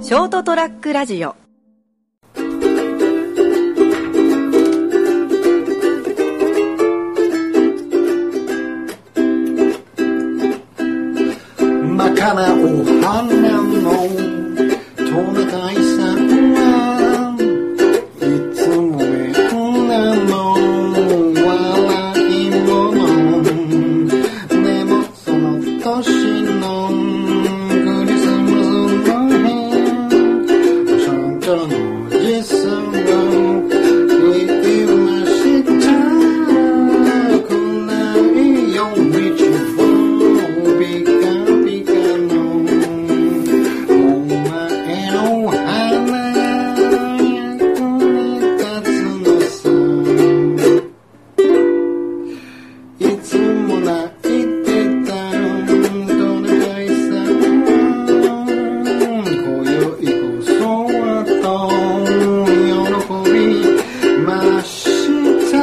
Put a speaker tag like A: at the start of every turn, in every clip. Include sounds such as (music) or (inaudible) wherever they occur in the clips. A: ショートトラックラジオ
B: 真っ赤なお花のトナカイさんはいつも笑なの笑い者でもその年のクリスマスの日シャンタのおじさんが言いました来ないよ道をビカビカのお前の花役に立つのさいつも泣いてたどれかいさ今宵こそはと喜びました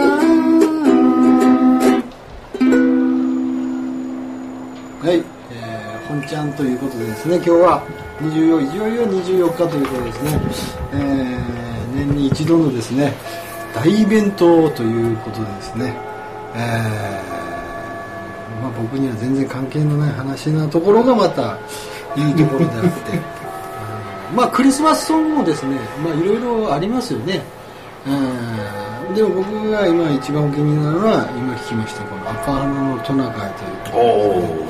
B: はい、えー、本ちゃんということでですね今日は24いよいよ24日ということですね、えー、年に一度のですね大イベントということでですね、えーまあ、僕には全然関係のない話なところがまたいいところであってうんまあクリスマスソングもですねまあいろいろありますよね、うん、でも僕が今一番お気になるのは今聞きましたこの「赤花のトナカイ」という
C: おお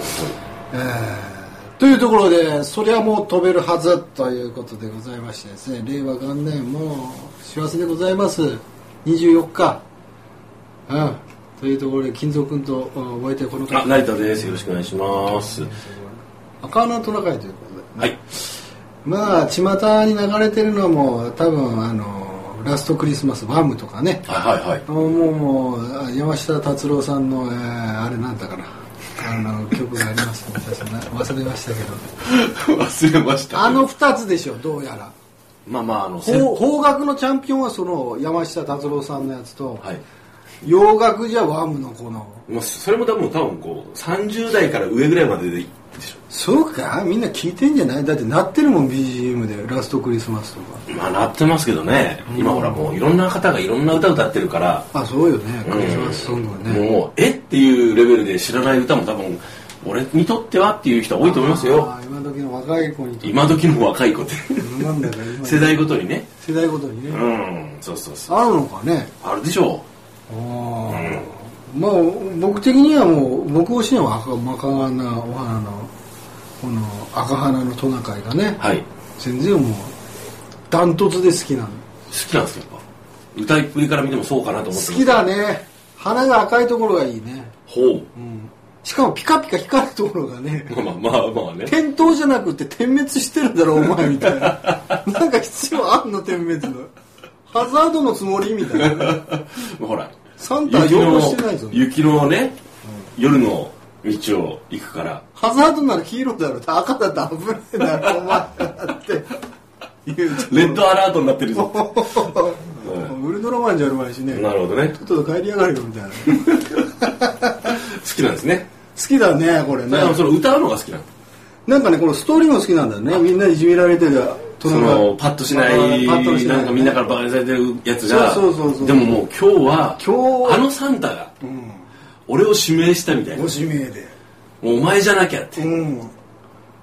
B: えーというところで、そりゃもう飛べるはずということでございましてですね、令和元年もう幸せでございます。24日。うん。というところで、金蔵君とおお相手はこの
C: あ
B: 方、
C: 成田ですよろしくお願いします
B: 赤穴トナカイということで。
C: はい
B: まあ、巷に流れてるのはもう多分、あの、ラストクリスマス、ワムとかね。
C: はいはいはい
B: あもうもうあ山下達郎さんの、えーあれなんだかな。あの曲がありますね私な忘れましたけど
C: 忘れました
B: あの2つでしょどうやら
C: まあまああのせん
B: 邦邦楽のチャンピオンはその山下達郎さんのやつと、
C: はい
B: 洋楽じゃワームのこの
C: もうそれも多分多分こう30代から上ぐらいまででいいでし
B: そうかみんな聞いてんじゃないだってなってるもん BGM でラストクリスマスと
C: ょまあなってますけどね今ほらもういろんな方がいろんな歌歌ってるから
B: かあそうよねクリスマスソングはね、
C: もうえっていうレベルで知らない歌も多分俺にとってはっていう人多いと思いますよ
B: あー今時の若い子にとって
C: 今時の若い子って
B: なんだか今
C: 世代ごとにね
B: 世代ごとにね、
C: うんそうそうそう
B: あるのかね
C: あるでしょ
B: ああまあ僕的にはもう僕推しのは赤真赤なお花のこの赤花のトナカイがね
C: うはい好
B: 全然もうダントツで好きなの
C: きなんですよやっぱ歌いっぷりから見てもそうかなと思って
B: 好きだね花が赤いところがいいね、
C: ほう
B: うん、しかもピカピカ光るところがね
C: (laughs) まあまあまあまあね。 (laughs)
B: 点灯じゃなくて点滅してるだろお前みたいななんか必要あんの点滅のハザードのつもりみたいな
C: ほら。
B: サンタは用意してないぞ
C: 雪のね、夜の道を行くから。
B: ハザードなら黄色だろ赤だと危ねえだろお前だって言う
C: レッドアラートになってるぞ。
B: (laughs) ウルトラマンじゃあるまいしね
C: なるほどね。
B: ちょっと帰りやがるよみたいな好
C: 好きなんですね。
B: きだねこれね
C: だからその歌うのが好きなの。
B: なんかね、このストーリーも好きなんだよね。みんなにいじめられてる。そ
C: その、パッとしない、なんかみんなからバカにされてるやつが。
B: そうそうそうそう
C: でももう今日は、
B: 今日
C: あのサンタが、俺を指名したみたいな。
B: ご指名で。
C: もうお前じゃなきゃって。
B: うん。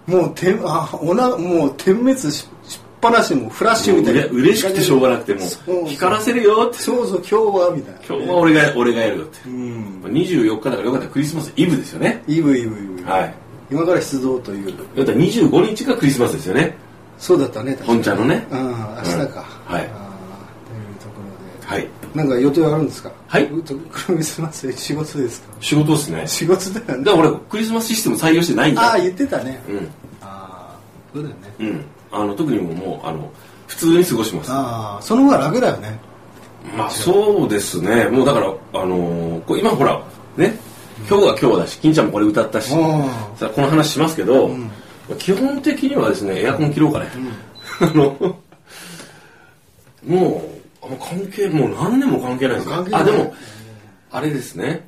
B: もう、てん、あ、おな、もう、点滅ししっぱなし、もうフラッシュみたいな。
C: うれ嬉しくてしょうがなくて、も
B: そうそう
C: う、光らせるよって。
B: そうそう、今日は、みたいな。
C: 今日は俺が、俺がやるよって。
B: うん。
C: 24日だからよかったらクリスマスイブですよね。
B: イブイブイブ。
C: はい。
B: 今から出動という。
C: だったら25日がクリスマスですよね
B: そうだったね、確かに
C: 本ちゃんのね
B: うん、明日か。
C: うんはい
B: あーというところ
C: はい
B: で。なんか予定はあるんですか
C: はい
B: とクリスマス仕事ですか
C: 仕事ですね
B: 仕事だよ
C: だ
B: ね。
C: から俺クリスマスシステム採用してないん
B: ああ、
C: だ
B: 言ってたね。
C: うん
B: ああそうだよね
C: うんあの特にもうもうあの普通に過ごします
B: ああその方が楽だよね
C: まあそうですねもうだからあのーこう今ほらね今日が今日だし金ちゃんもこれ歌ったし
B: うん
C: さあこの話しますけど、
B: ん
C: 基本的にはですねエアコン切ろうかね、 (laughs) あのもうあの関係もう何年も関係ないですね
B: 関係ない
C: あでもあれですね、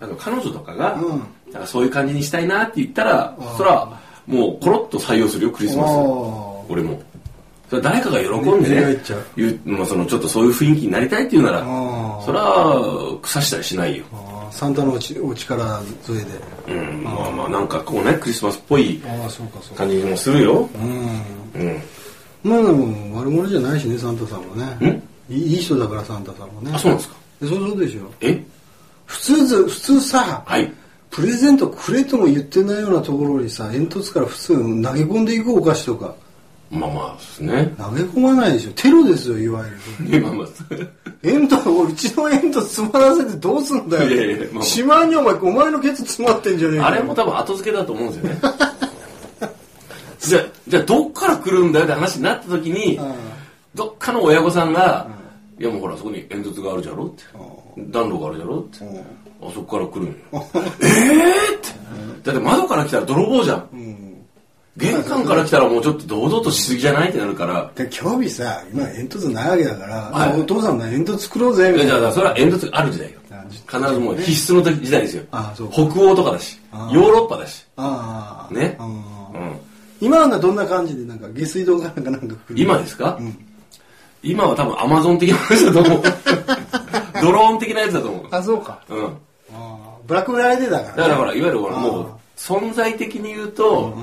C: あの彼女とかが、
B: うん
C: なんかそういう感じにしたいなって言ったら、
B: あー
C: そらもうコロッと採用するよクリスマス
B: おー
C: 俺もそれ誰かが喜んで
B: ね
C: ね
B: っちゃう
C: 言う、まあ、そのちょっとそういう雰囲気になりたいっていうなら
B: あー
C: それは腐したりしないよ、
B: あーサンタのおちお力添えで
C: うん、まあまあなんかこうねクリスマスっぽい
B: ああそうかそうか
C: 感じもするよ、
B: うん
C: うん、
B: まあでも悪者じゃないしねサンタさんはねいいい人だからサンタさんもね
C: あそうなんですか
B: えそうそうでしょ
C: え
B: 普通ず普通さ、
C: はい
B: プレゼントくれとも言ってないようなところにさ煙突から普通投げ込んでいくお菓子とか
C: まあまあですね (laughs)
B: 投げ込まないでしょテロですよいわゆる
C: まあまあ
B: 煙突うちの煙突詰まらせてどうすんだよ
C: いやいやいやまあ
B: しまいにお前お前のケツ詰まってんじゃねえか
C: あれも多分後付けだと思うんですよね (laughs) じゃあじゃあどっから来るんだよって話になった時に、
B: うん
C: どっかの親御さんが、いやもうほらそこに煙突があるじゃろって暖炉があるじゃろって、
B: ん
C: あそこから来るんよ (laughs) えーってだって窓から来たら泥棒じゃん、
B: うん
C: 玄関から来たらもうちょっと堂々としすぎじゃないってなるから
B: で今日日さ今煙突ないわけだから、
C: はい
B: お父さんが煙突作ろうぜみ
C: い
B: た
C: や
B: い
C: じ
B: な
C: ゃあそれは煙突がある時代よ
B: あ
C: 必ずもう必須の時時代ですよ
B: あそう
C: 北欧とかだし
B: あ
C: ヨーロッパだし
B: ああ
C: ね
B: ああ
C: うん
B: 今はどんな感じでなんか下水道かなんかなんか来る
C: 今ですか、今は多分アマゾン的なやつだと
B: (laughs)
C: 思うドローン的なやつだと思う、
B: あそうか
C: うん、
B: あーブラックフライデーだから、ね、
C: だからほらいわゆるほら
B: あー
C: もう存在的に言うと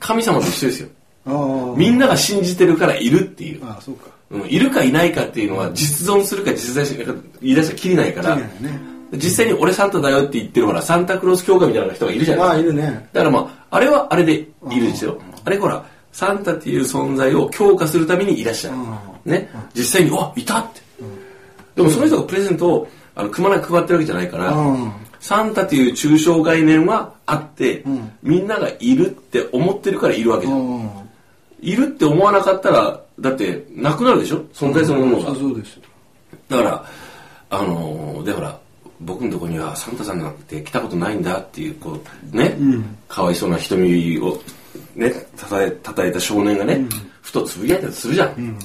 C: 神様と一緒ですよ
B: ああ
C: みんなが信じてるからいるっていう、
B: ああそうか
C: うん、いるかいないかっていうのは実存するか実在しないか言い出したらきりないから
B: 綺麗だね
C: 実際に俺サンタだよって言ってるほらサンタクロース協会みたいな人がいるじゃない
B: あ
C: ですか
B: あいるね
C: だからまあ、あれはあれでいるんですよ。あれほら、サンタっていう存在を強化するためにいらっしゃる。ね。実際に、うわ、いたって。でもその人がプレゼントをあのくまなく配ってるわけじゃないから
B: うん、
C: サンタっていう抽象概念はあって、みんながいるって思ってるからいるわけじゃん。
B: うん
C: いるって思わなかったら、だってなくなるでしょ存在そのもの
B: そ
C: が
B: う。そうです
C: だから、あのー、でほら、僕のとこにはサンタさんなんて来たことないんだっていう、こう、ね、かわいそうな瞳を、ね、たたえ、たたえた少年がね、ふとつぶやいたりするじゃん。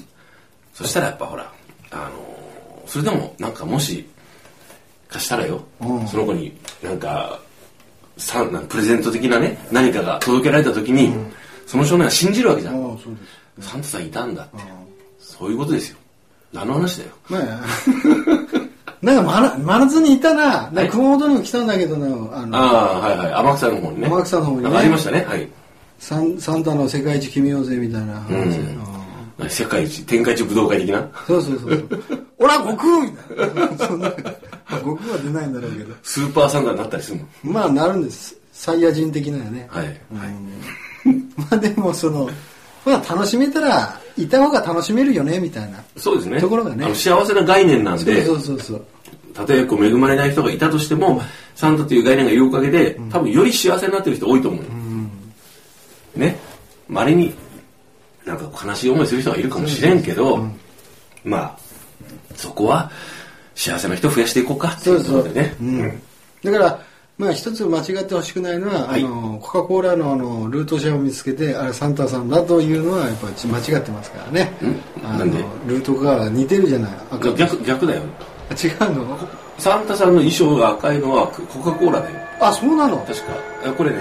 C: そしたらやっぱほら、あのー、それでもなんかもし、貸したらよ、その子になんか、さなんかプレゼント的なね、何かが届けられた時に、その少年は信じるわけじゃ
B: ああ
C: ん。
B: そうです
C: サンタさんいたんだって。そういうことですよ。何の話だよ。
B: ねえ (laughs) なんか真真夏にいたななんか熊本にも来たんだけどなあの
C: ああ、はいはい。天草の方にね。
B: 天草の方にね
C: なんかありましたね。はい。
B: サンサンタの世界一君よぜみたいな話、
C: うん
B: ああ
C: 世界一、天下一武道会的な。
B: そうそうそうそう (laughs) 俺は悟空みたいな (laughs) そんな悟空は出ないんだろうけど
C: スーパーサンダーになったりするの。
B: まあなるんですサイヤ人的なよね、
C: はい。
B: うん (laughs) まあでもそのまあ楽しめたらいた方が楽しめるよねみたいな
C: そうですね。
B: ところがね
C: あの幸せな概念なんで、
B: そうそうそう
C: たとえこう恵まれない人がいたとしても、サンタという概念がいるおかげで、多分より幸せになってる人多いと思う。ね。稀に、なんか悲しい思いする人がいるかもしれんけど、まあ、そこは、幸せな人増やしていこうかって
B: そ
C: いうう
B: そう
C: ことでね。
B: うん、だからまあ一つ間違ってほしくないのは、
C: はい
B: あのコカ・コーラのあのルートシェアを見つけてあれサンタさんだというのはやっぱり間違ってますからね
C: ん
B: あ
C: な
B: の
C: んで
B: ルートが似てるじゃない赤
C: うん逆、逆だよ。
B: あ違うの
C: サンタさんの衣装が赤いのはココカ・コーラだよ
B: あそうなの
C: 確かあこれね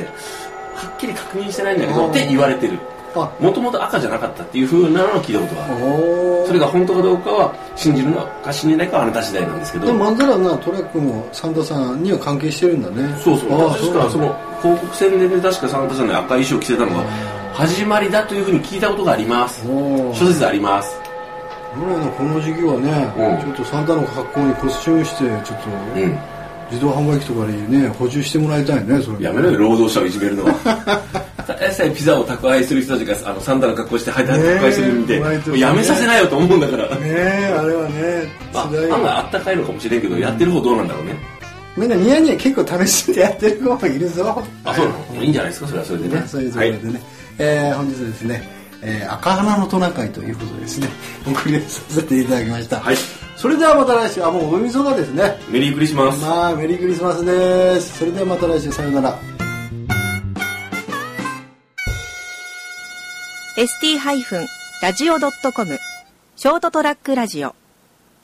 C: はっきり確認してないんだけど
B: あー
C: って言われてる
B: あ
C: もともと赤じゃなかったっていうふうなのを聞いたことがある
B: お
C: それが本当かどうかは信じるのか信じないかはあなた次第なんですけど
B: でもまんざらなトラックもサンタさんには関係してるんだね
C: そうそう
B: ああ
C: 確かその広告宣伝で確かサンタさんの赤い衣装を着てたのが始まりだというふうに聞いたことがあります
B: おー
C: 諸説あります
B: 俺らのこの時期はね、
C: うん
B: ちょっとサンタの格好にコスチュームしてちょっと
C: うん
B: 自動販売機とかにね補充してもらいたいねそれ
C: やめろよ労働者をいじめるのはただで (laughs) さえピザを宅配する人たちがあのサンタの格好してはい
B: ねえ
C: 宅配するんで、
B: バイト
C: もうやめさせないよと思うんだ (laughs) から、
B: ねえあれはね
C: まあ、案
B: 辛いよ
C: 外あったかいのかもしれんけど、やってる方どうなんだろうね。
B: みんなニヤニヤ結構試してやってる子もいるぞ
C: あ、そうなのいいんじゃないですか、それはそれでね。
B: そういうところで
C: はい
B: ね、えー本日はですね、えー赤花のトナカイということでですねお送りさせていただきました、
C: はい
B: それではまた来週あもうおみそがですね
C: メリークリスマス。
B: まあメリークリスマスですそれではまた来週さようなら
A: ST-radio.com ショートトラックラジオ